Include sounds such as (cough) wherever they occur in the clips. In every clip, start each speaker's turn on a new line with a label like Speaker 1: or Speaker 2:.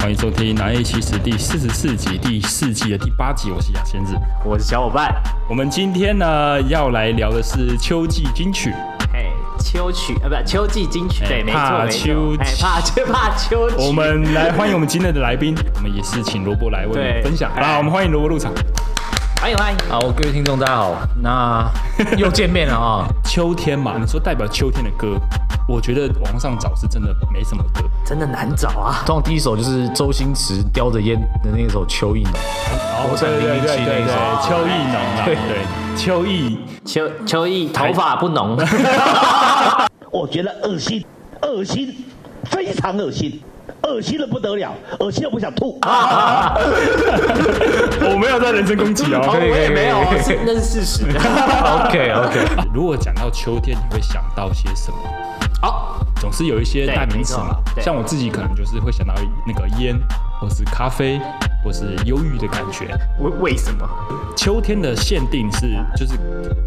Speaker 1: 欢迎收听《南 A 其实》第四十四集，第四季的第八集，我是雅仙子。
Speaker 2: 我是小伙伴。
Speaker 1: 我们今天呢要来聊的是秋季金曲，
Speaker 2: 嘿，秋曲啊，不，秋季金曲，
Speaker 1: 哎
Speaker 2: 对，没
Speaker 1: 怕
Speaker 2: 错，没
Speaker 1: 秋
Speaker 2: 错。哎，怕 (laughs) 秋，怕秋曲。
Speaker 1: 我们来欢迎我们今天的来宾，我们也是请罗伯来为我们
Speaker 2: 对
Speaker 1: 分享。好啦，
Speaker 2: 哎
Speaker 1: 我们欢迎罗伯入场。
Speaker 2: 欢迎欢迎。
Speaker 3: 好，各位听众，大家好，那又见面了
Speaker 1: (laughs)
Speaker 3: 啊、
Speaker 1: 秋天嘛，你说代表秋天的歌，我觉得网上找是真的没什么歌。
Speaker 2: 真的难找啊，
Speaker 3: 通常第一首就是周星驰叼着烟的那首《蚯蚓》
Speaker 1: 哦，
Speaker 3: 对对对对对 (laughs)
Speaker 1: 秋意浓啊，
Speaker 3: 对
Speaker 1: 对，秋意
Speaker 2: 秋秋意
Speaker 1: 哎
Speaker 2: 头发不浓。
Speaker 4: 我觉得恶心，恶心，非常恶心，恶心的不得了，恶心的我想吐。
Speaker 1: 我没有在人身攻击
Speaker 3: (laughs)
Speaker 1: 哦。
Speaker 2: 哦，我
Speaker 3: 以
Speaker 2: 也
Speaker 3: 可以
Speaker 2: 没有
Speaker 3: 可，以
Speaker 2: 是那是事实。
Speaker 1: (laughs)
Speaker 3: OK OK，
Speaker 1: 如果讲到秋天，你会想到些什么？
Speaker 2: 好，
Speaker 1: 总是有一些代名词
Speaker 2: 对没
Speaker 1: 嘛
Speaker 2: 错，对
Speaker 1: 像我自己可能就是会想到那个烟，或是咖啡，或是忧郁的感觉。
Speaker 2: 为为什么？
Speaker 1: 秋天的限定是，就是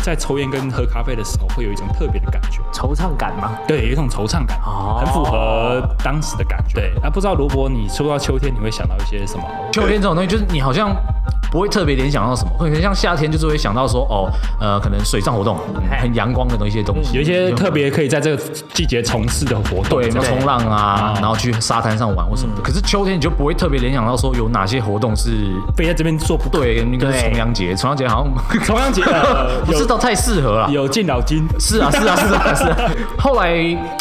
Speaker 1: 在抽烟跟喝咖啡的时候，会有一种特别的感觉，
Speaker 2: 惆怅感吗？
Speaker 1: 对，有一种惆怅感，
Speaker 2: 哦
Speaker 1: 很符合当时的感觉。对，那不知道罗伯，你说到秋天，你会想到一些什么？
Speaker 3: 秋天这种东西，就是你好像不会特别联想到什么，可能像夏天就是会想到说，哦，呃，可能水上活动，很阳光的一些东西，
Speaker 1: 嗯有一些特别可以在这个季节从事的活动，
Speaker 3: 对，什
Speaker 1: 这
Speaker 3: 么
Speaker 1: 样
Speaker 3: 冲浪
Speaker 1: 嗯
Speaker 3: 啊，然后去沙滩上玩或什么的。可是秋天你就不会特别联想到说有哪些活动是。
Speaker 1: 非在这边做不对，
Speaker 3: 对，那个是
Speaker 2: 对
Speaker 3: 重阳节，重阳节好像
Speaker 1: 重阳节呃
Speaker 3: (laughs) 不知道太适合了。
Speaker 1: 有有敬老金，
Speaker 3: 是啊，是啊，是啊，是啊。后来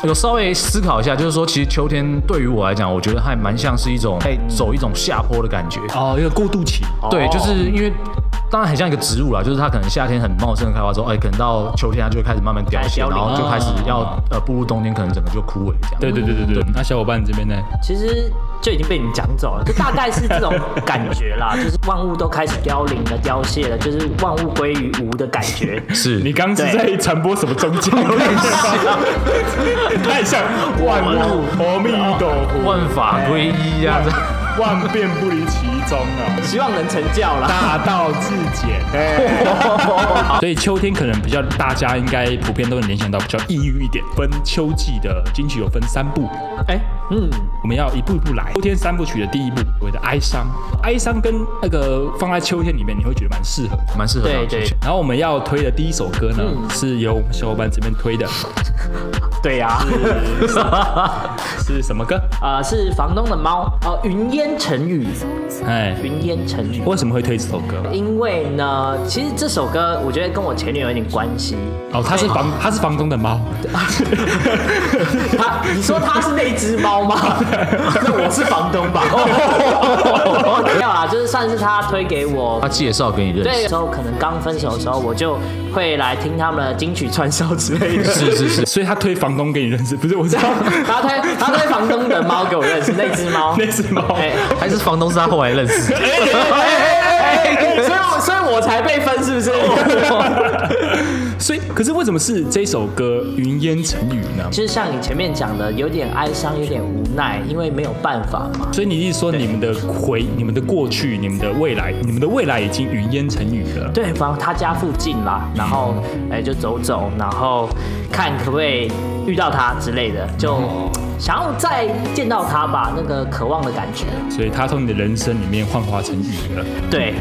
Speaker 3: 有稍微思考一下，就是说，其实秋天对于我来讲，我觉得还蛮像是一种在走一种下坡的感觉。
Speaker 1: 哦，一个过渡期，
Speaker 3: 对，就是因为当然很像一个植物啦，就是它可能夏天很茂盛的开花之后，哎，可能到秋天它就会开始慢慢凋
Speaker 2: 开始
Speaker 3: 谢，
Speaker 2: 凋
Speaker 3: 然
Speaker 2: 零哦
Speaker 3: 后就开始要
Speaker 1: 啊
Speaker 3: 呃步入冬天，可能整个就枯萎这样。
Speaker 1: 对对对对对。那小伙伴这边呢？
Speaker 2: 其实就已经被你讲走了，就大概是这种感觉
Speaker 1: (laughs)
Speaker 2: 啦，就是万物都开始凋零了、凋谢了，就是万物归于无的感觉。
Speaker 3: 是
Speaker 1: 你刚是
Speaker 2: 对
Speaker 1: 在传播什么宗教？ (laughs) 太像万物阿弥陀佛，
Speaker 3: 万法归一啊，
Speaker 1: 万变不离其宗啊，
Speaker 2: 希望能成教啦。
Speaker 1: 大道至简。哎 (laughs) 所以秋天可能比较大家应该普遍都能联想到比较抑郁一点。分秋季的金曲有分三部，
Speaker 2: 哎，嗯，
Speaker 1: 我们要一步一步来。秋天三部曲的第一部，我的哀伤，哀伤跟那个放在秋天里面，你会觉得蛮适合的。
Speaker 3: 蛮适合的。啊
Speaker 2: 对对
Speaker 1: 然后我们要推的第一首歌呢，是由我们小伙伴这边推的，
Speaker 2: 对啊呀、 (laughs)
Speaker 1: 是什么歌？
Speaker 2: 啊、是房东的猫，呃，云烟成雨，
Speaker 1: 哎，
Speaker 2: 云烟成雨。
Speaker 1: 为什么会推这首歌？
Speaker 2: 因为呢，其实这首歌我觉得跟我前女友有点关系。
Speaker 1: 哦，它是房，它是房东的 (laughs) 猫，
Speaker 2: 他，你说他是那只猫吗？ (laughs) 哦那我是房东 (laughs) 吧？哦没有啦，就是算是他推给我
Speaker 3: 他。介绍给你认
Speaker 2: 对，有
Speaker 3: 识
Speaker 2: 时，候可能刚分手的时候，我就会来听他们的金曲串烧之类的。
Speaker 3: 是是是，
Speaker 1: 所以他推房东给你认识，不是我知道
Speaker 2: 他推他推房东的猫给我认识，那只猫。
Speaker 1: 那只猫。
Speaker 2: (laughs) 哎
Speaker 3: 还是房东是他后来认识的。
Speaker 2: 所以我所以我才被分，是不是？
Speaker 1: 所以，可是为什么是这首歌《云烟成雨》呢？
Speaker 2: (laughs) 就是像你前面讲的，有点哀伤，有点无奈，因为没有办法嘛。
Speaker 1: 所以你一直说你们的回、你们的过去、你们的未来、你们的未来已经云烟成雨了。
Speaker 2: 对方他家附近啦，然后哎、就走走，然后看可不可以遇到他之类的，就想要再见到他吧，那个渴望的感觉。
Speaker 1: 所以他从你的人生里面幻化成雨了。
Speaker 2: 对，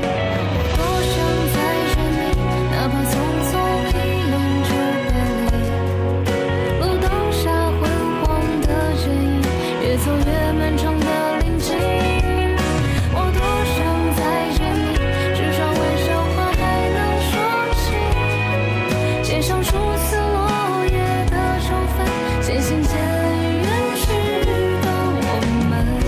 Speaker 5: 多想在这里，哪怕匆匆一眼就别离。路灯下昏黄的剪影，越走越漫长的林径。我多想在这里，至少微笑话还能说起。街上初次落叶的愁烦，渐行渐远去的我们。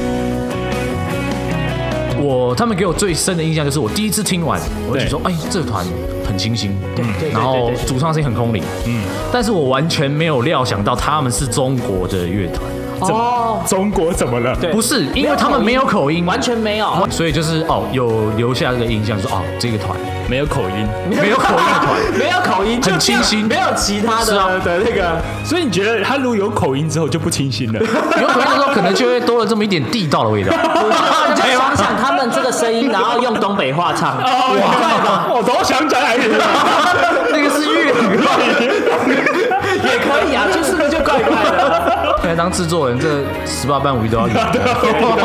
Speaker 3: 我他们给我最深的印象就是我第一次听完，我就觉得说，哎，这个团很清新，对
Speaker 2: 对
Speaker 3: 然后
Speaker 2: 对对对
Speaker 3: 主唱声音很空灵，嗯，但是我完全没有料想到他们是中国的乐团，
Speaker 2: 哦，
Speaker 1: 中国怎么了？
Speaker 2: 对
Speaker 3: 不是，因为他们没有口音，
Speaker 2: 完全没有，
Speaker 3: 所以就是哦，有留下这个印象，说哦，这个
Speaker 2: (laughs)
Speaker 3: 团
Speaker 1: 没有口音。
Speaker 3: 没有口音团，
Speaker 2: 没有口音，就
Speaker 3: 很清新
Speaker 2: 没有其他
Speaker 3: 是啊
Speaker 2: 的的那个。
Speaker 1: 所以你觉得他如果有口音之后就不清新了？
Speaker 3: 有口音的时候可能就会多了这么一点地道的味
Speaker 2: (laughs)
Speaker 3: 道，
Speaker 2: 你
Speaker 3: 哎
Speaker 2: 就想想他们这个声音，然后用东北话唱，
Speaker 3: 哦
Speaker 1: 哇，我都想讲来
Speaker 3: 那个是粤语，
Speaker 2: (laughs)
Speaker 3: (laughs)
Speaker 2: 也可以啊，就是不是就怪怪的？
Speaker 3: 来哎当制作人，这十八般武艺都要有，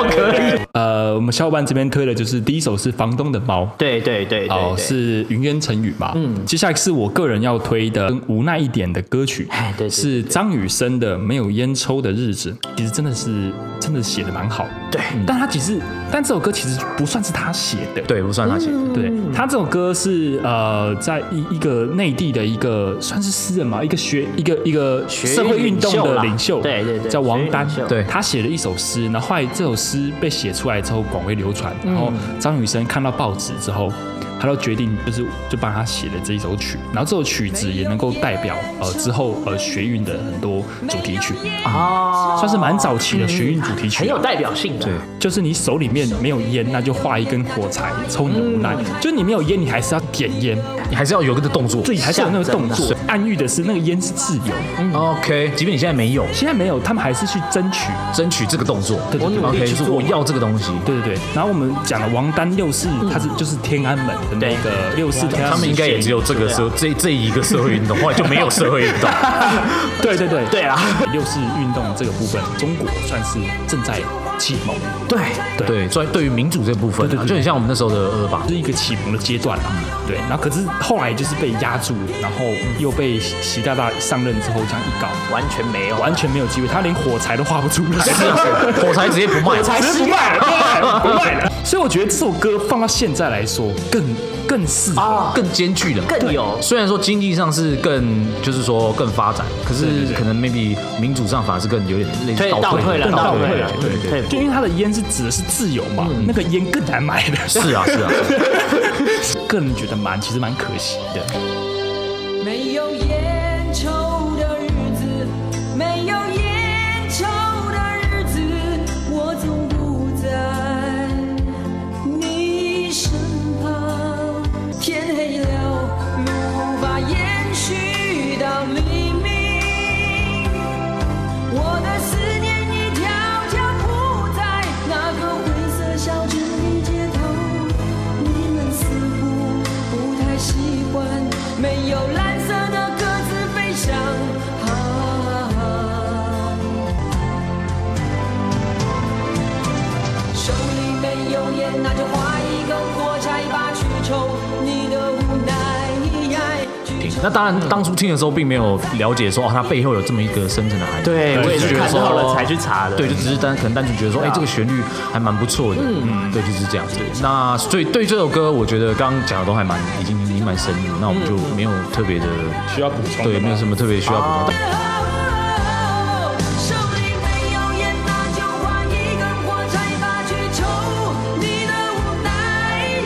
Speaker 3: 可以。
Speaker 1: 呃，我们小伙伴这边推的就是第一首是《房东的猫》。
Speaker 2: 对对对对
Speaker 1: 哦，
Speaker 2: 对
Speaker 1: 是云烟成语嘛？嗯，接下来是我个人要推的跟无奈一点的歌曲
Speaker 2: 哎，对对对
Speaker 1: 是张雨生的《没有烟抽的日子》，其实真的是真的写的蛮好，
Speaker 2: 对
Speaker 1: 嗯但他其实，但这首歌其实不算是他写的，
Speaker 3: 对，
Speaker 2: (laughs)
Speaker 3: 不算他写的。
Speaker 1: 对
Speaker 2: 嗯
Speaker 1: 他这首歌是呃，在一一个内地的一个算是诗人嘛，一个学一个一个
Speaker 2: 学
Speaker 1: 社会运动
Speaker 2: 领袖
Speaker 1: 的
Speaker 2: 啦
Speaker 1: 领袖，
Speaker 2: 对对对
Speaker 1: 叫王丹
Speaker 2: 学运领，袖
Speaker 3: 对
Speaker 1: 他写了一首诗，然后后来这首诗被写出来之后广为流传，
Speaker 2: 嗯
Speaker 1: 然后张雨生看到报纸之后。他就决定，就是就帮他写了这一首曲，然后这首曲子也能够代表呃之后呃学运的很多主题曲，
Speaker 2: 嗯哦，嗯
Speaker 1: 算是蛮早期的学运主题曲
Speaker 2: 很
Speaker 1: 了，
Speaker 2: 有代表性的。
Speaker 1: 就是你手里面没有烟，那就画一根火柴抽你的无奈。
Speaker 2: 嗯
Speaker 1: 就你没有烟，你还是要点烟，
Speaker 3: 你还是要有个动作。
Speaker 1: 对，你还是有那个动
Speaker 2: 象
Speaker 1: 作。暗喻的是那个烟是自由，
Speaker 3: 嗯 OK，即便你现在没有，
Speaker 1: 现在没有，他们还是去争取。
Speaker 3: 争取这个动作，
Speaker 1: 对对对
Speaker 3: OK，就是我要这个东西。
Speaker 1: 对对对，然后我们讲了王丹六四，
Speaker 2: 嗯
Speaker 1: 他是就是天安门的那个六四天安门事件，
Speaker 3: 他们应该也只有这个社这这一个社会运动，后来就没有社会运动。
Speaker 1: 对对对
Speaker 2: 对啊，
Speaker 1: 六四运动这个部分，中国算是正在启蒙，
Speaker 2: 对，
Speaker 3: 对，所以对于民主这部分啊，
Speaker 1: 对对对
Speaker 3: 就很像我们那时候的二二八。
Speaker 1: 是一个启蒙的阶段啊。
Speaker 2: 嗯
Speaker 1: 对，然后可是后来就是被压住，然后又被习习大大上任之后这样一搞，
Speaker 2: 完全没有，啊
Speaker 1: 完全没有机会，他连火柴都画不出来，
Speaker 3: 火柴直接不卖，
Speaker 1: 直接不卖了，不卖了。所以我觉得这首歌放到现在来说，更更适合。
Speaker 2: 啊，
Speaker 3: 更艰巨了。
Speaker 2: 更有
Speaker 3: 虽然说经济上是更，就是说更发展，可是可能 maybe 民主上反而是更有点类似
Speaker 2: 退倒退了，
Speaker 3: 更
Speaker 2: 倒
Speaker 3: 倒退
Speaker 2: 退
Speaker 3: 了
Speaker 2: 了，，
Speaker 3: 对对对。
Speaker 1: 就因为他的烟是指的是自由嘛，那个烟更难买的，
Speaker 3: 是啊，是啊，是啊
Speaker 1: 个人觉得蛮其实蛮可惜的。
Speaker 6: 没有烟抽的日子，没有烟抽的日子，我总不在你身旁。天黑了，路无法延续到黎明，我的思念一条条铺在那个灰色小镇的街头。你们似乎不太习惯没有蓝色的鸽子飞翔。啊手里没有烟，那就划一根火柴吧，去抽你的无奈。去抽
Speaker 3: 那当然，当初听的时候并没有了解说，哦，它背后有这么一个深层的含义。
Speaker 2: 对我也是
Speaker 3: 就觉得
Speaker 2: 看
Speaker 3: 说
Speaker 2: 到了才去查的。
Speaker 3: 对，就只是单可能单纯觉得说，哎、这个旋律还蛮不错的，嗯，对，就是这样子。那所以对这首歌，我觉得刚刚讲的都还蛮已经已经蛮深入，那我们就没有特别的
Speaker 1: 需要补充的吗
Speaker 3: 对，嗯没有什么特别需要补充。
Speaker 6: 手里没有烟，那就划一根火柴吧，去抽你的无奈，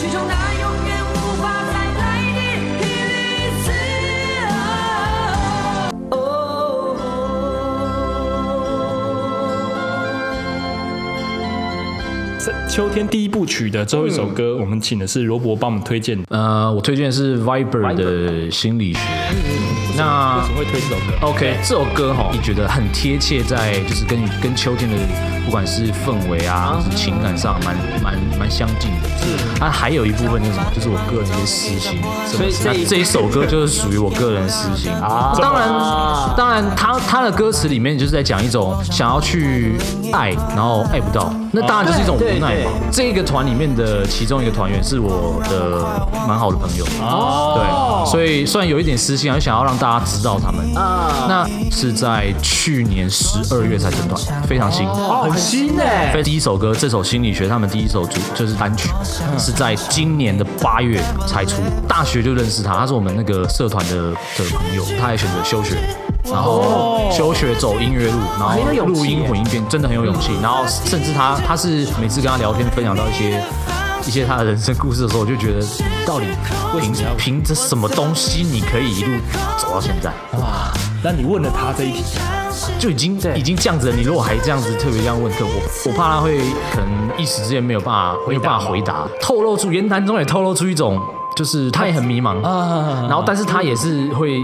Speaker 6: 去抽那永远无法再来的一缕丝。
Speaker 1: 是秋天第一部曲的最后一首歌，我们请的是罗伯帮我们推荐的。
Speaker 3: 呃，我推荐的是 Viber 的心理学。那
Speaker 1: 为什么会推这首歌？
Speaker 3: OK，这首歌哈，你觉得很贴切在就是跟跟秋天的不管是氛围啊，或是情感上蛮蛮蛮相近的。是啊，还有一部分就是什么，就是我个人的私心。
Speaker 2: 所以
Speaker 3: 那
Speaker 2: 这一
Speaker 3: 这一首歌就是属于我个人私心啊。当然，当然他他的歌词里面就是在讲一种想要去爱，然后爱不到，那当然就是一种
Speaker 2: 对对
Speaker 3: 无奈嘛。这个团里面的其中一个团员是我的蛮好的朋友哦，对，所以虽然有一点私心啊，就想要让大家知道他们
Speaker 2: 啊，
Speaker 3: 那是在去年十二月才成团，非常新。
Speaker 2: 哦，很新
Speaker 1: 欸
Speaker 2: 哎，
Speaker 3: 非第一首歌，这首心理学他们第一首主就是单曲，是在今年的八月才出。大学就认识他，他是我们那个社团的的朋友，他也选择休学，然后休学走音乐路，然后
Speaker 2: 很有勇气
Speaker 3: 录音
Speaker 2: 耶
Speaker 3: 混音变，真的很有勇气。然后甚至他他是每次跟他聊天，分享到一些。一些他的人生故事的时候，我就觉得，到底凭凭着什么东西，你可以一路走到现在？
Speaker 1: 那你问了他这一题，
Speaker 3: 就已经已经这样子了，你如果还这样子特别这样问，可我我怕他会可能一时之间没有办法没有办法回答，透露出言谈中也透露出一种就是他也很迷茫啊，然后但是他也是会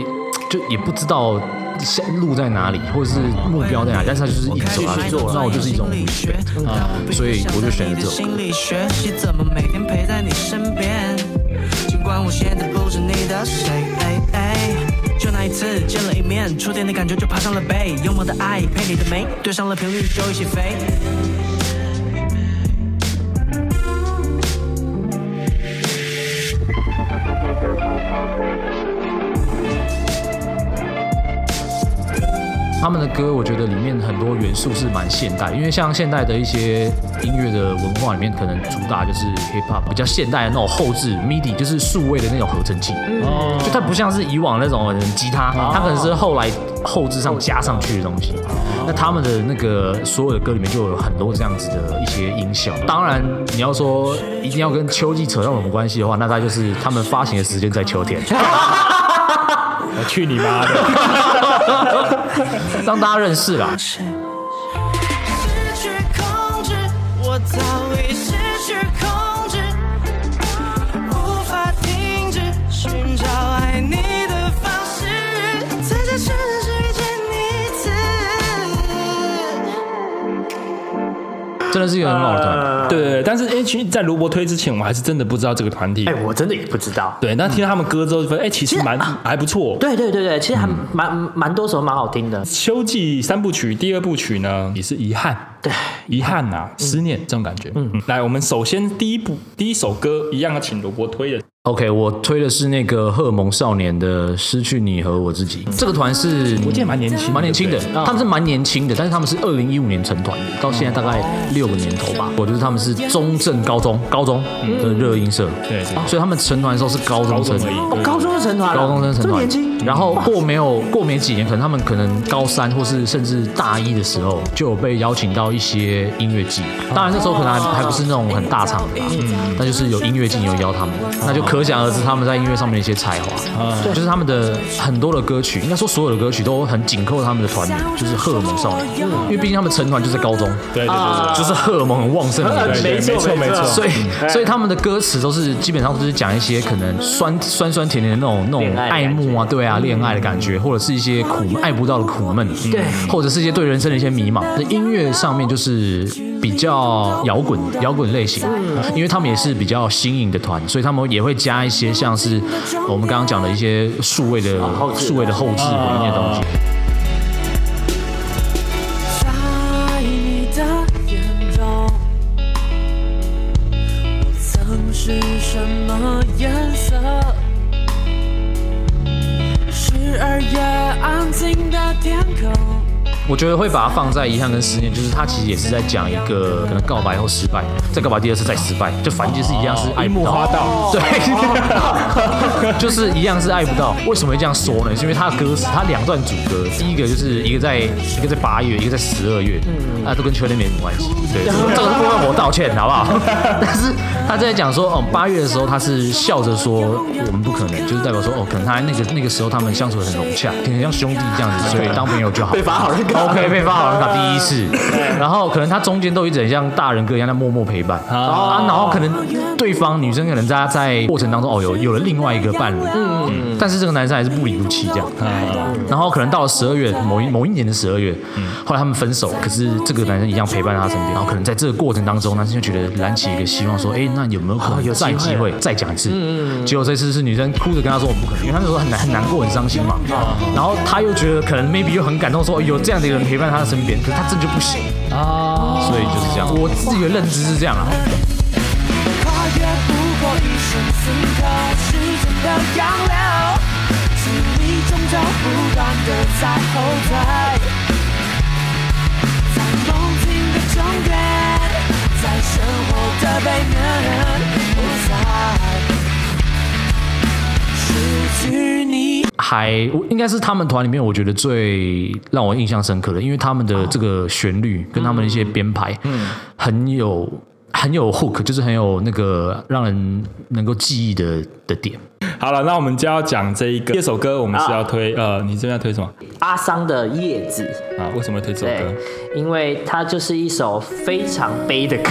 Speaker 3: 就也不知道下路在哪里或者是目标在哪里，但是他就是一直走下去，那我就是一种无语啊，所以我就选择这种。
Speaker 7: 心理学习怎么每天陪在你身边，尽管我现在不是你的谁。哎哎就那一次见了一面，触电的感觉就爬上了背，幽默的爱配你的美，对上了频率就一起飞。
Speaker 3: 他们的歌，我觉得里面很多元素是蛮现代，因为像现代的一些音乐的文化里面，可能主打就是 hip hop 比较现代的那种后置 MIDI，就是数位的那种合成器，就它不像是以往那种呃吉他，它可能是后来后置上加上去的东西。那他们的那个所有的歌里面就有很多这样子的一些音效。当然，你要说一定要跟秋季扯上什么关系的话，那它就是他们发行的时间在秋天。
Speaker 1: 我去你妈的！ (laughs)
Speaker 3: 让大家认识啦。
Speaker 7: 失去控制，我早已失去控制，无法停止寻找爱你的方式，在这城市遇见你一次。
Speaker 3: 真的是一个很好的团。
Speaker 1: 对对对，但是因为其实在萝卜推之前，我还是真的不知道这个团体
Speaker 2: 哎、。我真的也不知道。
Speaker 1: 对，但听到他们歌之后，就发现哎，其实蛮
Speaker 2: 其实啊
Speaker 1: 还不错。
Speaker 2: 对对对对，其实还蛮蛮多首蛮好听的。
Speaker 1: 秋季三部曲第二部曲呢，也是遗憾，
Speaker 2: 对，
Speaker 1: 遗憾呐、思念这种感觉。嗯，来，我们首先第一部第一首歌一样要请罗伯推的，
Speaker 3: OK，我推的是那个荷尔蒙少年的《失去你和我自己》。这个团是
Speaker 1: 我记得蛮年轻的，
Speaker 3: 蛮年轻的
Speaker 1: 对不，
Speaker 3: 他们是蛮年轻的，但是他们是二零一五年成团的，到现在大概六个年头吧。我就是他们是中正高中高中的热音社，
Speaker 1: 嗯对对
Speaker 3: 所以他们成团的时候是高
Speaker 1: 对，高
Speaker 3: 中
Speaker 1: 中
Speaker 3: 生。
Speaker 1: 而已。
Speaker 2: 哦，
Speaker 1: 对
Speaker 2: 高中就成团了，
Speaker 3: 高中生成
Speaker 2: 这么
Speaker 3: 团
Speaker 2: 年轻，，
Speaker 3: 然后过没有过没几年，可能他们可能高三或是甚至大一的时候，就有被邀请到一些音乐季。
Speaker 2: 哦
Speaker 3: 当然那时候可能还还不是那种很大场的啦，那就是有音乐季有邀他们，
Speaker 2: 哦
Speaker 3: 那就可想而知他们在音乐上面的一些才华。就是他们的很多的歌曲，应该说所有的歌曲都很紧扣他们的团名，就是荷尔蒙少年，因为毕竟他们成团就在高中，
Speaker 1: 对对对
Speaker 3: 就是荷尔蒙很旺盛的年代。
Speaker 1: 对，对
Speaker 2: 没错
Speaker 1: 没
Speaker 2: 没错嗯
Speaker 1: 错。
Speaker 3: 所以，
Speaker 2: 哎
Speaker 3: 所以他们的歌词都是基本上都是讲一些可能酸酸酸甜甜的那种那种
Speaker 2: 恋爱的感
Speaker 3: 爱
Speaker 2: 觉
Speaker 3: 慕啊，对啊，恋爱的感觉，或者是一些苦爱不到的苦闷，
Speaker 2: 嗯
Speaker 3: 对，或者是一些对人生的一些迷茫。那音乐上面就是比较摇滚摇滚类型，
Speaker 2: 嗯
Speaker 3: 因为他们也是比较新颖的团，所以他们也会加一些像是我们刚刚讲的一些数位的
Speaker 2: 啊后置
Speaker 3: 数位的后置里面的东西。
Speaker 6: 在你的眼中，我曾是什么颜色？时而也安静的天空。
Speaker 3: 我觉得会把它放在遗憾跟思念，就是它其实也是在讲一个可能告白后失败，再告白第二次再失败，就反正就是一样是爱
Speaker 1: 樱
Speaker 3: 不
Speaker 1: 木
Speaker 3: 到。
Speaker 1: 花道，
Speaker 3: 对， (laughs) 就是一样是爱不到。为什么会这样说呢？是因为他的歌词，他两段主歌，第一个就是一个在一个在八月，一个在十二月，啊，都跟秋天没什么关系。对，这个部分我道歉，好不好？ (laughs) 但是他在讲说，哦，八月的时候他是笑着说我们不可能，就是代表说，哦，可能他那个那个时候他们相处得很融洽，可能像兄弟这样子，所以当朋友就好。被
Speaker 2: 罚好人卡
Speaker 3: OK，被罚好人卡第一次。然后可能他中间都一直很像大人哥一样在默默陪伴啊，然后可能对方女生可能在在过程当中哦有有了另外一个伴侣，嗯，但是这个男生还是不离不弃这样。然后可能到了十二月某一某一年的十二月，后来他们分手，可是这个男生一样陪伴在他身边。然后可能在这个过程当中，男生就觉得燃起一个希望，说，哎，那有没有可能再机会嗯再讲一次？结果这次是女生哭着跟他说我不可能，因为他那时候很难很难过很伤心嘛。然后他又觉得可能 maybe 又很感动，说有这样的一个人陪伴他的身边，可是他真的就不行啊。所以就是这样，我自己的认知是这样啊。
Speaker 6: 跨越不过一瞬此刻时间的洋流，是你终究不断的在后退，在梦境的终点，在生活的背面，我在失去你。
Speaker 3: 还我应该是他们团里面，我觉得最让我印象深刻的，因为他们的这个旋律跟他们的一些编排，嗯，很有很有 hook，就是很有那个让人能够记忆的的点。
Speaker 1: 好了，那我们就要讲这一个第二首歌，我们是要推呃，你这边要推什么
Speaker 2: 阿桑的叶子，
Speaker 1: 啊？为什么要推这首
Speaker 2: 对
Speaker 1: 歌？，
Speaker 2: 因为它就是一首非常悲的歌，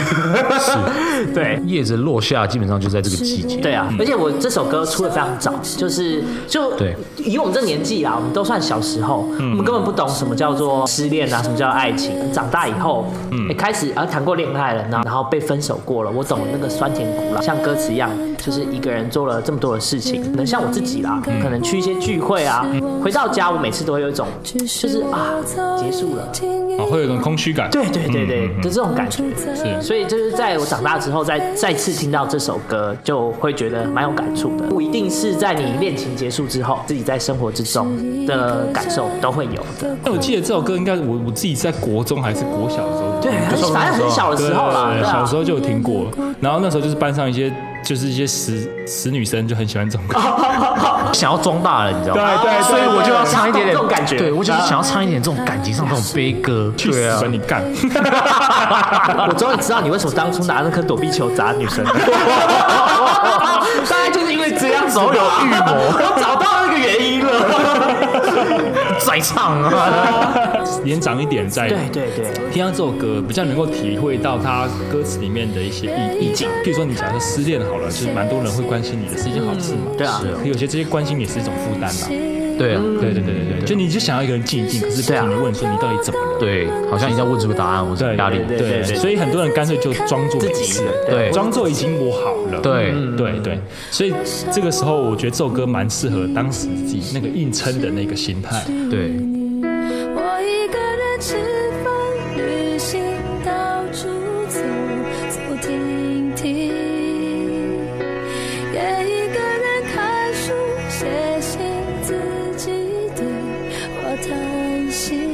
Speaker 2: (laughs) 对。
Speaker 3: 叶子落下，基本上就在这个季节。
Speaker 2: 对啊，而且我这首歌出的非常早，就是就
Speaker 3: 对
Speaker 2: 以我们这年纪啊，我们都算小时候，
Speaker 1: 嗯
Speaker 2: 我们根本不懂什么叫做失恋啊，什么叫爱情。长大以后，嗯，开始啊谈过恋爱了，然后然后被分手过了，我懂那个酸甜苦辣，像歌词一样，就是一个人做了这么多的事情，可能像我自己啦，
Speaker 1: 嗯
Speaker 2: 可能去一些聚会啊，回到家我每次都会有一种，
Speaker 1: 嗯
Speaker 2: 就是啊，结束了。
Speaker 1: 哦，会有一种空虚感。
Speaker 2: 对对对对
Speaker 1: 嗯嗯嗯
Speaker 2: 的这种感觉。
Speaker 1: 是
Speaker 2: 所以就是在我长大之后，再再次听到这首歌，就会觉得蛮有感触的。不一定是在你恋情结束之后，自己在生活之中的感受都会有的。
Speaker 1: 但我记得这首歌应该我我自己在国中还是国小的时候，
Speaker 2: 对，很
Speaker 3: 就是
Speaker 2: 反正很小的时候啦，
Speaker 1: 对
Speaker 2: 对
Speaker 1: 小
Speaker 2: 啊
Speaker 1: 时。候就有听过。然后那时候就是班上一些就是一些死死女生就很喜欢这种歌，
Speaker 3: 想要装大人，你知道
Speaker 1: 对
Speaker 3: 吗？
Speaker 1: 对，
Speaker 3: 所以我就要唱一点点
Speaker 2: 这种感觉
Speaker 3: 对我就是想要唱一点这种感情上这种悲歌。
Speaker 1: 去
Speaker 3: 对
Speaker 1: 死
Speaker 3: 啊
Speaker 1: 吧，你干！
Speaker 2: (laughs) 我终于知道你为什么当初拿那颗躲避球砸
Speaker 1: (laughs)
Speaker 2: 女生了，大概就是因为这样子吧
Speaker 3: 早有预谋
Speaker 2: 我找到那个原因了。
Speaker 3: (laughs)
Speaker 2: 嗯
Speaker 3: 再唱啊！
Speaker 1: (laughs) 年长一点在
Speaker 2: 对对对。
Speaker 1: 听到这首歌，比较能够体会到它歌词里面的一些意意境。譬如说，你假设失恋好了，就是蛮多人会关心你的，是一哦件好事嘛。
Speaker 2: 对啊，
Speaker 1: 可有些这些关心也是一种负担嘛。
Speaker 3: 对啊，
Speaker 1: 对对对对对，就你就想要一个人静一静，可是不
Speaker 2: 对啊
Speaker 1: 停的问说你到底怎么了？
Speaker 3: 对，好像一定要问出个答案，我是
Speaker 1: 对
Speaker 3: 压力。
Speaker 2: 对对对
Speaker 1: 所以很多人干脆就装作没
Speaker 2: 自己
Speaker 1: 事，
Speaker 3: 对
Speaker 1: 装作已经我好了，
Speaker 3: 对
Speaker 2: 嗯
Speaker 1: 对对，所以这个时候我觉得这首歌蛮适合当时自己那个硬撑的那个心态，
Speaker 3: 对，
Speaker 5: 我一个人吃饭、旅行，到处走走停停，也一个人看书、写信，自己对我叹息。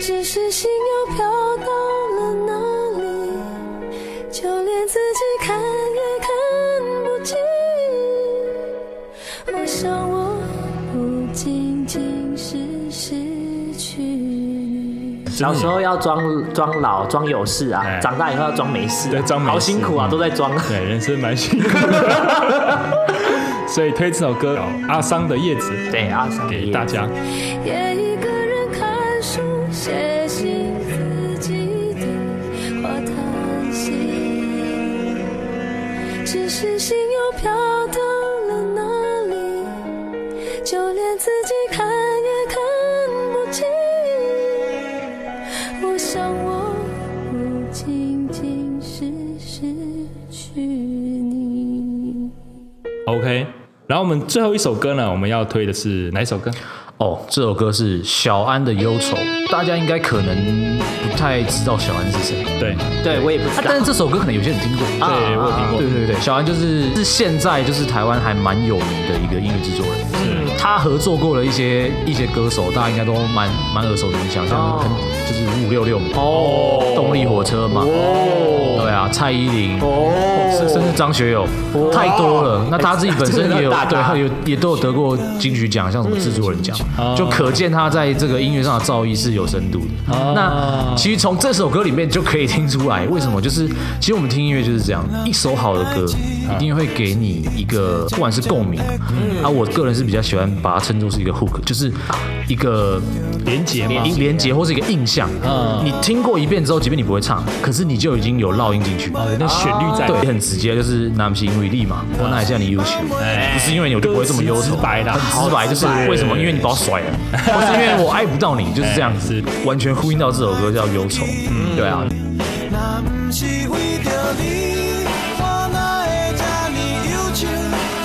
Speaker 5: 只是心又飘到了哪里，就连自己看也看不清。我想我不仅仅是失去你。
Speaker 2: 小时候要装装老装有事啊
Speaker 1: 哎，
Speaker 2: 长大以后要装没事啊，
Speaker 1: 对装没事
Speaker 2: 好辛苦啊，
Speaker 1: 嗯
Speaker 2: 都在装。
Speaker 1: 对人生蛮辛苦
Speaker 3: (laughs)
Speaker 1: 的，所以推这首歌《阿桑的叶子
Speaker 2: 对啊，》
Speaker 1: 给大家，
Speaker 5: 也一个人看书、写信，自己对话叹息。只是心又飘到了哪里，就连自己看也看不清。我想，我不仅仅是失去你。
Speaker 1: OK。然后我们最后一首歌呢，我们要推的是哪一首歌？
Speaker 3: 哦，这首歌是小安的忧愁，大家应该可能不太知道小安是谁，
Speaker 1: 对，
Speaker 2: 对我也不知
Speaker 3: 啊
Speaker 2: 道
Speaker 3: 但。是这首歌可能有些人听过。
Speaker 2: 啊
Speaker 1: 对我有听过
Speaker 3: 对对对，小安就是是现在就是台湾还蛮有名的一个音乐制作人，
Speaker 2: 嗯
Speaker 1: 是
Speaker 3: 他合作过了一些一些歌手，大家应该都蛮蛮耳熟能详，像很就是五五六六嘛，
Speaker 2: 哦
Speaker 3: 动力火车嘛，对啊，蔡依林，
Speaker 2: 哦
Speaker 3: 甚甚至张学友，太多了。那他自己本身也有
Speaker 2: 哎这
Speaker 3: 对
Speaker 2: 个很大咖
Speaker 3: 他有也都有得过金曲奖，像什么制作人奖，就可见他在这个音乐上的造诣是有深度的。
Speaker 2: 哦
Speaker 3: 那其实从这首歌里面就可以听出来，为什么就是其实我们听音乐就是这样，一首好的歌一定会给你一个不管是共鸣，
Speaker 2: 嗯
Speaker 3: 啊，我个人是比较喜欢把它称作是一个 hook，就是一个
Speaker 1: 连结吗？
Speaker 3: 连连接或是一个印象。
Speaker 1: 嗯
Speaker 3: 你听过一遍之后，即便你不会唱，可是你就已经有烙印进去。
Speaker 1: 哦，有那旋律在，
Speaker 3: 对，很直接，就是那不是因为力嘛，我那也叫你优秀，不是因为你我就不会这么忧
Speaker 1: 歌词
Speaker 3: 愁。
Speaker 1: 哎直白啦
Speaker 3: 很直白，就是为什么？因为你把我甩
Speaker 1: (laughs)
Speaker 3: 了，或是因为我爱不到你，就是这样子，
Speaker 1: 哎
Speaker 3: 完全呼应到这首歌叫忧愁。
Speaker 1: 嗯
Speaker 3: 对啊，
Speaker 7: 若不是为着你，我哪会这呢忧愁，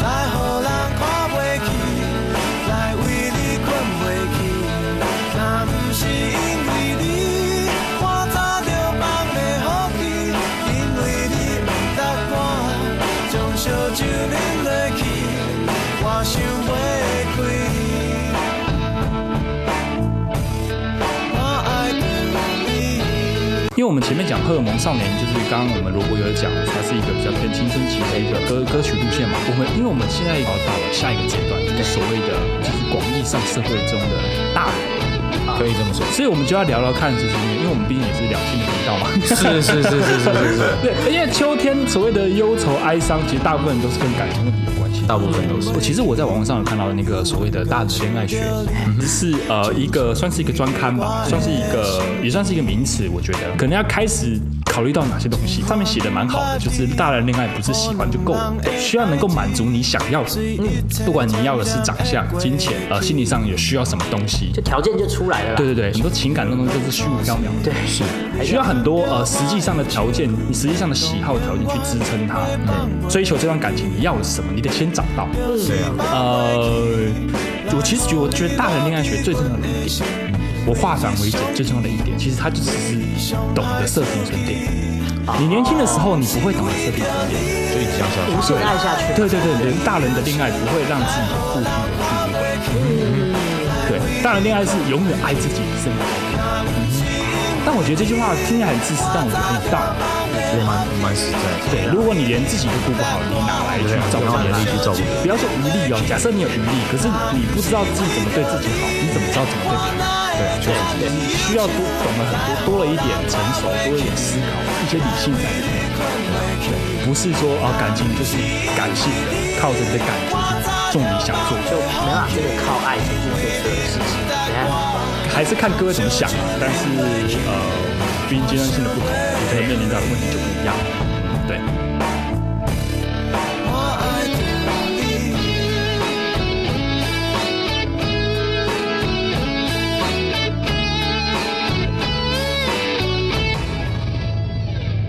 Speaker 7: 来予人看袂起，来为你困袂去。若不是因为你，我早就放袂好去，因为你不答我，将烧酒饮落去，我想袂开。我爱着你。
Speaker 1: 因为我们前面讲荷尔蒙少年，就是刚刚我们罗伯有讲，它是一个比较偏青春期的一个歌歌曲路线嘛。我们因为我们现在要到了下一个阶段，就是所谓的就是广义上社会中的大人，
Speaker 3: 可以
Speaker 1: (laughs)
Speaker 3: 这么说。
Speaker 1: 所以我们就要聊聊看，就是因为因为我们毕竟也是两性频道嘛。
Speaker 3: 是是是是是是是，
Speaker 1: 对，因为秋天所谓的忧愁哀伤，其实大部分都是跟感情问题有关系。
Speaker 3: 大部分都是
Speaker 1: 我其实我在网络上有看到那个所谓的大人恋爱学，
Speaker 3: 嗯
Speaker 1: 是呃一个算是一个专刊吧，算是一个也算是一个名词，我觉得可能要开始考虑到哪些东西。上面写的蛮好的，就是大人恋爱不是喜欢就够了，需要能够满足你想要的，
Speaker 3: 嗯
Speaker 1: 不管你要的是长相、金钱，呃，心理上也需要什么东西
Speaker 2: 就。条件就出来了啦。
Speaker 1: 对对对，很多情感的东西都是虚无缥缈的。
Speaker 2: 对，
Speaker 1: 是。需要很多呃实际上的条件，你实际上的喜好条件去支撑它。追求这段感情，你要的是什么？你得先找到。
Speaker 3: 对啊，
Speaker 1: 呃，我其实觉得，我觉得大人恋爱学最重要的一点，我化繁为简最重要的一点，其实它就只是懂得射频分辨。你年轻的时候，你不会懂得射频分辨。
Speaker 3: 就一直这样下去。
Speaker 2: 无限爱下去。
Speaker 1: 对对对，人大人的恋爱不会让自己付出的去为。对，大人恋爱是永远爱自己胜过爱别人。嗯但我觉得这句话听起来很自私，但我觉得很有道理。
Speaker 3: 觉得蛮蛮实在的。
Speaker 1: 对，如果你连自己都顾不好，你哪来去照顾别人？不要说余力哦，假设你有余力，可是你不知道自己怎么对自己好，你怎么知道怎么对别人？
Speaker 3: 对啊，确实是。
Speaker 1: 你需要多懂了很多，多了一点成熟，多了一点思考，一些理性在里面。对，不是说啊感情就是感性的，靠着你的感觉去做你想做的，
Speaker 2: 就没办法真的靠爱去做所有的事情。你看，
Speaker 1: 还是看各位怎么想。但是呃，毕竟阶段性的不同，你可能面临到的问题就不一样。对。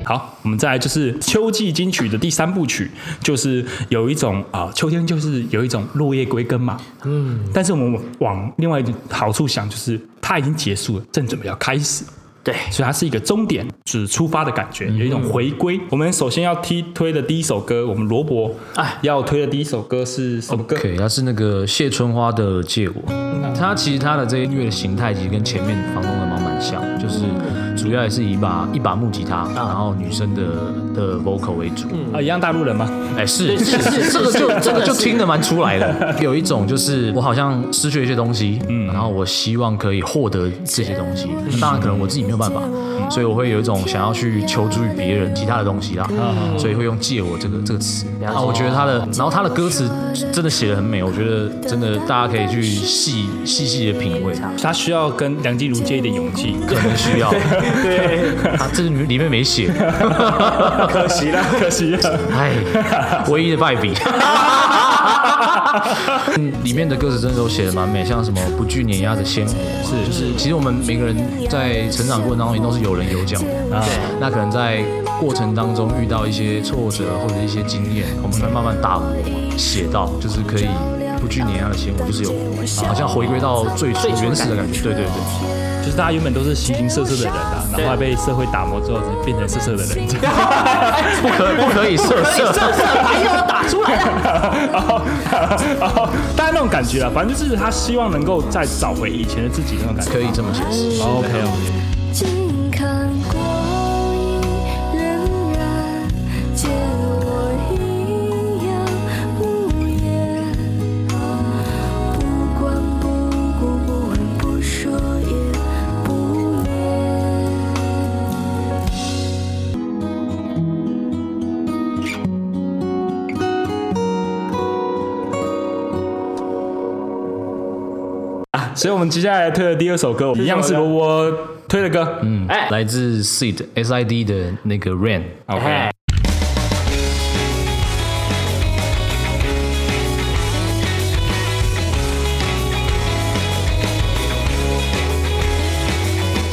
Speaker 1: 好，我们再来就是秋季金曲的第三部曲，就是有一种啊、秋天就是有一种落叶归根嘛，嗯，但是我们往另外一种好处想，就是它已经结束了，正准备要开始，
Speaker 2: 对，
Speaker 1: 所以它是一个终点，是出发的感觉，有一种回归。我们首先要踢推的第一首歌，我们罗伯
Speaker 2: 哎
Speaker 1: 要推的第一首歌是什么歌
Speaker 3: OK，它是那个谢春花的《借我》，它其实它的这音乐的形态其实跟前面房东的猫蛮像，就是主要也是以一把一把木吉他，然后女生的的 vocal 为主。
Speaker 1: 啊，一样大陆人吗？
Speaker 3: 哎，是
Speaker 2: 是是是
Speaker 3: 这个就
Speaker 2: 真的
Speaker 3: 这个 (laughs) 就是听得蛮出来的。有一种就是我好像失去了一些东西，嗯，然后我希望可以获得这些东西，当然可能我自己没有办法，所以我会有一种想要去求助于别人其他的东西啦，所以会用“借我”这个这个词。
Speaker 2: 了解
Speaker 3: 啊，我觉得他的，然后他的歌词真的写的很美，我觉得真的大家可以去细细细的品味，
Speaker 1: 他需要跟梁静茹借一点勇气。
Speaker 3: 可能需要。对，啊，这个里面没写，
Speaker 1: (laughs) 可惜了， (laughs) 可惜了。
Speaker 3: 哎，唯一的败笔。嗯， (laughs) 里面的歌词真的都写的蛮美，像什么不惧碾压的鲜活，是就是，其实我们每个人在成长过程当中也都是有人有奖的，啊，那可能在过程当中遇到一些挫折或者一些经验，我们会慢慢打磨写到，就是可以不惧碾压的鲜活，就是有啊好像回归到最初原始的感觉，对对对，
Speaker 1: 就是大家原本都是形形色色的人啊，然后还被社会打磨之后，才变成色色的
Speaker 5: (laughs)
Speaker 1: 人。 (laughs) 这样
Speaker 3: 不可不可以色色，
Speaker 1: 哦，大家那种感觉啊，反正就是他希望能够再找回以前的自己那种感觉。
Speaker 3: 可以这么解释。
Speaker 1: OK OK。
Speaker 5: 静看光阴荏苒，见我一样无言。不管不顾，不问不说，也不言。
Speaker 1: 所以我们接下来推的第二首歌，一样是罗伯推的歌。嗯
Speaker 2: 哎
Speaker 3: 来自 Seed S I D 的那个 Rain。
Speaker 1: ，OK
Speaker 2: 哎。，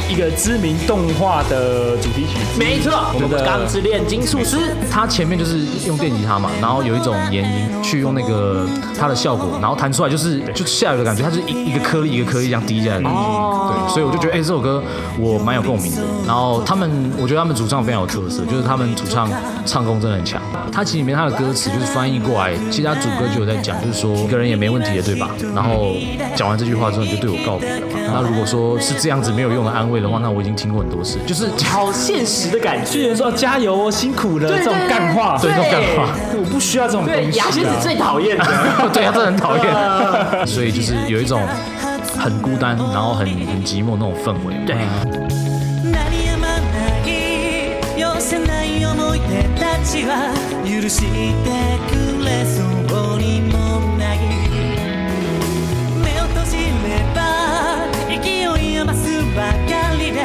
Speaker 1: 一个知名动画的主题曲之一，
Speaker 2: 没错，
Speaker 1: 我们的
Speaker 2: 《钢之炼金术师》
Speaker 3: 它前面就是用电吉他嘛，然后有一种延音去用那个它的效果，然后弹出来就是就下雨的感觉，它就是一一个颗粒一个颗粒这样滴下来的感觉。对，所以我就觉得哎、这首歌我蛮有共鸣的。然后他们，我觉得他们主唱非常有特色，就是他们主唱唱功真的很强。他其实里面他的歌词就是翻译过来，其实他主歌就有在讲，就是说一个人也没问题的，对吧？然后讲完这句话之后，你就对我告别了嘛。那如果说是这样子没有用的安慰的话，那我已经听过很多次，就是
Speaker 2: 好现实的感觉。
Speaker 1: 巨人说加油哦，辛苦了，这种干话，
Speaker 3: 对这种干话。
Speaker 1: 我不需要这种
Speaker 2: 对
Speaker 1: 东，西啊。
Speaker 2: 牙仙子最讨厌的。
Speaker 3: (laughs) 对他真的很讨厌，所以就是有一种很孤单，然后很很寂寞那种氛围。
Speaker 2: 对，
Speaker 7: 鳴り止まない寄せない思い出たちは許してくれそうにもない目を閉じれば勢い余すばかりで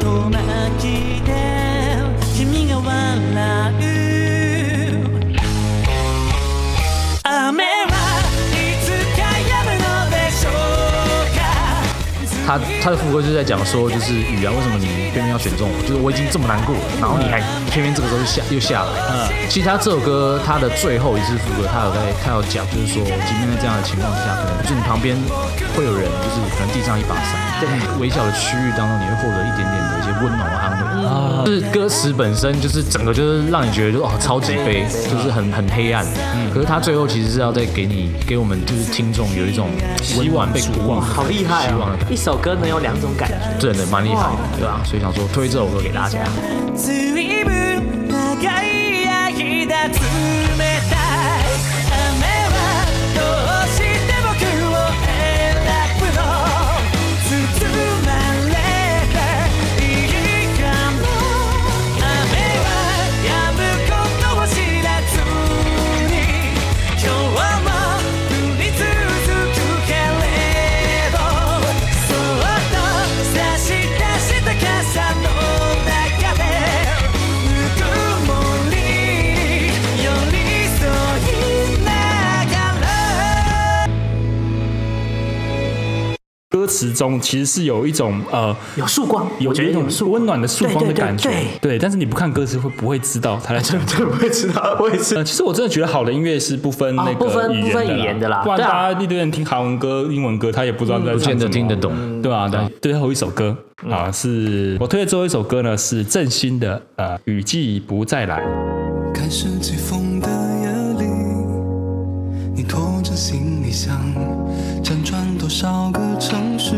Speaker 7: 遠巻きで君が笑う雨はいつか止むのでしょうか
Speaker 3: 他他他的副歌就是在讲说，就是雨啊，为什么你偏偏要选中我？就是我已经这么难过了，然后你还
Speaker 2: 嗯
Speaker 3: 偏偏这个时候就下又下来。嗯，其实他这首歌他的最后一次副歌，他有在他有讲，就是说，即便在这样的情况之下，可能就是你旁边会有人，就是可能地上一把伞，在你微小的区域当中，你会获得一点点的一些温暖和安慰。
Speaker 2: 嗯
Speaker 3: 啊，就是歌词本身就是整个就是让你觉得就哦超级悲，就是很很黑暗。嗯，可是他最后其实是要再给你给我们就是听众有一种温暖被鼓舞，
Speaker 2: 好厉害
Speaker 3: 希望
Speaker 2: 哦
Speaker 3: 的感觉！
Speaker 2: 一首歌能有两种感觉。
Speaker 3: 真的蛮厉害的，对吧、所以想说推这首歌给大家。
Speaker 6: ずいぶん長い間冷たい雨はどうして僕を選ぶの包まれていいかも雨は止むことを知らずに今日も降り続くけれどそっと差し出した傘の中でぬくもりに寄り添いながら
Speaker 1: 歌词中其实是有一种呃，
Speaker 2: 有束光，
Speaker 1: 有
Speaker 2: 我觉得
Speaker 1: 一种
Speaker 2: 有束
Speaker 1: 温暖的束光的感觉，
Speaker 2: 对对
Speaker 1: 对。但是你不看歌词会不会知道他在讲？
Speaker 3: 对，我也知道，我也是。
Speaker 1: 呃，其实我真的觉得好的音乐是不分那
Speaker 2: 哦不
Speaker 1: 个
Speaker 2: 分
Speaker 1: 语
Speaker 2: 不分语
Speaker 1: 言
Speaker 2: 言
Speaker 1: 的
Speaker 2: 的啦
Speaker 1: 不然
Speaker 2: 对啊
Speaker 1: 大家一堆人听韩文歌、英文歌，他也不知道在
Speaker 3: 不
Speaker 1: 唱什
Speaker 3: 见得
Speaker 1: 么
Speaker 3: 听得懂，
Speaker 1: 对啊，对啊，最后一首歌啊，是我推的最后一首歌呢，是郑兴的呃《雨季不再来》。
Speaker 7: 看升起风的夜里，你拖着行李箱，辗转多少个城市，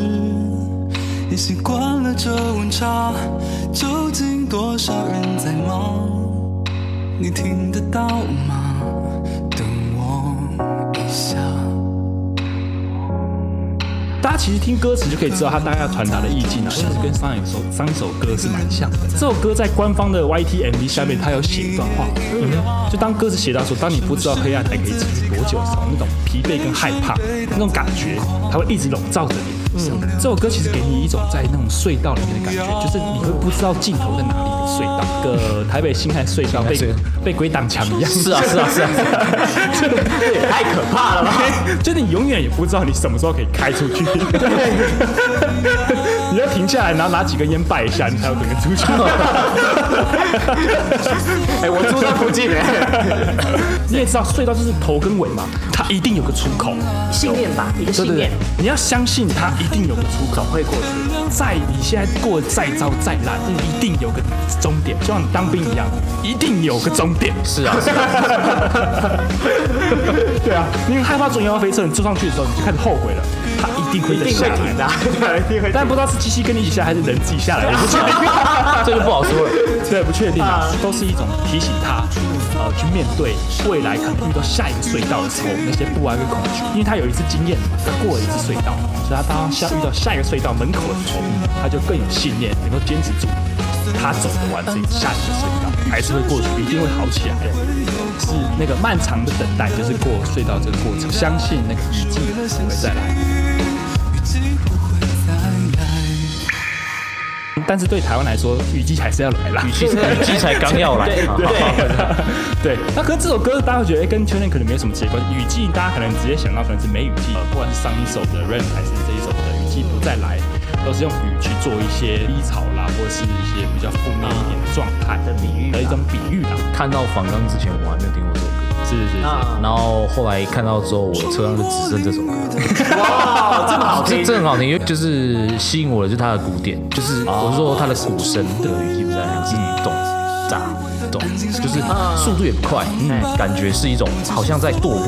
Speaker 7: 也习惯了这温差。究竟多少人在忙？你听得到吗？等我一下。
Speaker 1: 大家其实听歌词就可以知道他大概要传达的意境啊，其实跟上一首上一首歌是蛮像的。这首歌在官方的 YT MV 下面，他有写一段话，就当歌词写到说，当你不知道黑暗还可以持续多久的时候，那种疲惫跟害怕，那种感觉，它会一直笼罩着你。嗯，这首歌其实给你一种在那种隧道里面的感觉，就是你会不知道尽头在哪里的隧道，一个台北新海隧道被
Speaker 3: 新海隧道
Speaker 1: 被鬼挡墙 (laughs) 一样。
Speaker 3: 是啊，是啊，是啊。
Speaker 2: 这也 (laughs) 太可怕
Speaker 1: (laughs)
Speaker 2: 了吧！
Speaker 1: 就你永远也不知道你什么时候可以开出去。 (laughs) 你要停下来，然后拿几根烟拜一下，你才有可能出去。
Speaker 2: (laughs) 哎，我住在附近哎，
Speaker 1: (laughs) 你也知道，隧道就是头跟尾嘛，它一定有个出口。
Speaker 2: 信念吧，一个信念，
Speaker 1: 你要相信它一定有个出口会过去。再你现在过得再糟再烂，一定有个终点，就像你当兵一样，一定有个终点。
Speaker 3: 是啊，是啊
Speaker 1: 对啊，你很害怕坐云霄飞车，你坐上去的时候你就开始后悔了，它一定会再
Speaker 2: 一定
Speaker 1: 下
Speaker 2: 会停
Speaker 1: 来。
Speaker 2: 的，
Speaker 1: 但不知道是机器跟你一起下，还是人自己下来，也不知道。 (laughs)
Speaker 3: 这就不好说了。
Speaker 1: 对，不确定啊，都是一种提醒他，呃，去面对未来可能遇到下一个隧道的时候那些不安跟恐惧，因为他有一次经验，他过了一次隧道，所以他当下遇到下一个隧道门口的时候，他就更有信念，能够坚持住，他走得完这一下一个隧道，还是会过去，一定会好起来的。是那个漫长的等待，就是过隧道这个过程，相信那个雨季不会再来。
Speaker 7: 雨季不会再来。
Speaker 1: 但是对台湾来说，雨季还是要来啦。
Speaker 3: 雨季雨季才刚要来啊
Speaker 2: 对
Speaker 3: 嘛，
Speaker 1: (laughs) 对，那可是这首歌大家会觉得诶跟秋天可能没有什么结关。雨季大家可能直接想到可能是梅雨季，呃不管是上一首的 Rain 还是这一首的雨季不再来，都是用雨去做一些低潮啦，或者是一些比较负面一点的状态的比喻的一种比喻啦。
Speaker 3: 看到反刚之前，我还没有听过这首歌。
Speaker 1: 是是是，
Speaker 2: 啊
Speaker 3: 然后后来看到之后，我车上就只剩这首歌。
Speaker 2: 哇，这么好
Speaker 3: 这
Speaker 2: 听，
Speaker 3: (laughs) 这很好听，因为就是吸引我的就是它的鼓点，就是
Speaker 1: 哦
Speaker 3: 我是说它的鼓声的语气不在，是咚炸咚，就是速度也不快，嗯，感觉是一种好像在踱步，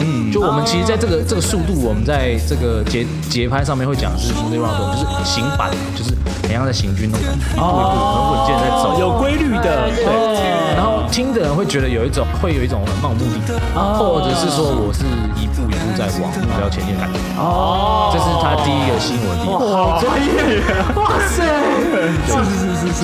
Speaker 3: 嗯，就
Speaker 2: 哦
Speaker 3: 我们其实在这个这个速度，我们在这个节节拍上面会讲是 m u s i c r o n 就是行板，就是很像在行军那种感觉，一
Speaker 2: 哦
Speaker 3: 步一步很稳健地在走，
Speaker 1: 有规律的，哦对，
Speaker 3: 然后听的人会觉得有一种会有一种很漫无目的，或者是说我是一步一步在往目标前进的感觉。哦，这是他第一个吸引我的地方。
Speaker 2: 好专业，哇塞，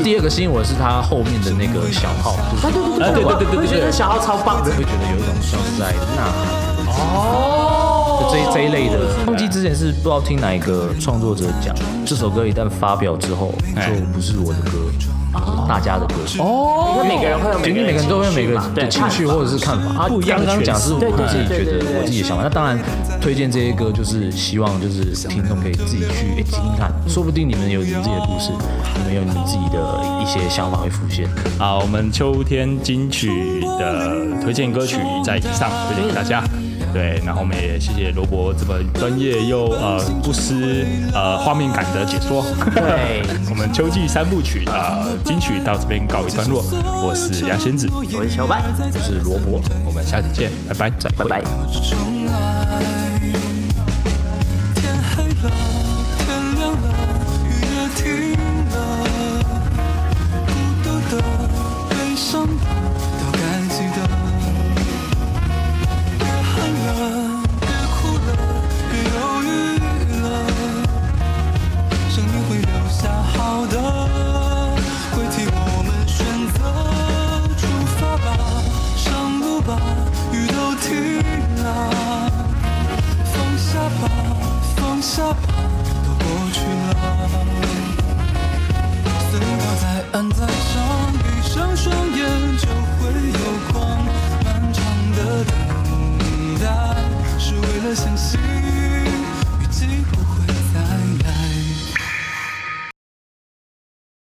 Speaker 3: 第二个吸引我的是他后面的那个小号，就
Speaker 2: 啊
Speaker 3: 是
Speaker 2: 对
Speaker 1: 哎对对对对对
Speaker 2: 我觉得小号超棒的，
Speaker 3: 会觉得有一种像是在呐喊。哦，这这一类的。忘记之前是不知道听哪一个创作者讲，这首歌一旦发表之后就不是我的歌，大家的歌。
Speaker 2: 因为每个人会有每
Speaker 3: 对，
Speaker 2: 个
Speaker 3: 因为
Speaker 2: 人
Speaker 3: 每个人都会有每个
Speaker 2: 情绪嘛对看法
Speaker 3: 人的情绪或者是看法啊
Speaker 1: 不一样的
Speaker 3: 刚刚讲
Speaker 1: 诠释
Speaker 3: 是我
Speaker 2: 对对
Speaker 3: 自己
Speaker 2: 对
Speaker 3: 觉
Speaker 2: 对
Speaker 3: 得
Speaker 2: 对对
Speaker 3: 我自己的想法，那当然推荐这些歌就是希望就是听众可以自己去诶听听看，说不定你们有你们自己的故事，你们有你们自己的一些想法会浮现。
Speaker 1: 好，我们秋天金曲的推荐歌曲在以上推荐给大家。对，然后我们也谢谢罗伯这么专业又呃不失呃画面感的解说。
Speaker 2: 对，
Speaker 1: (laughs) 我们秋季三部曲呃金曲到这边告一段落。我是杨仙子，
Speaker 2: 我是小白，
Speaker 1: 我是罗伯，我们下期见，拜拜，再
Speaker 2: 拜拜。
Speaker 8: 重来，天黑了。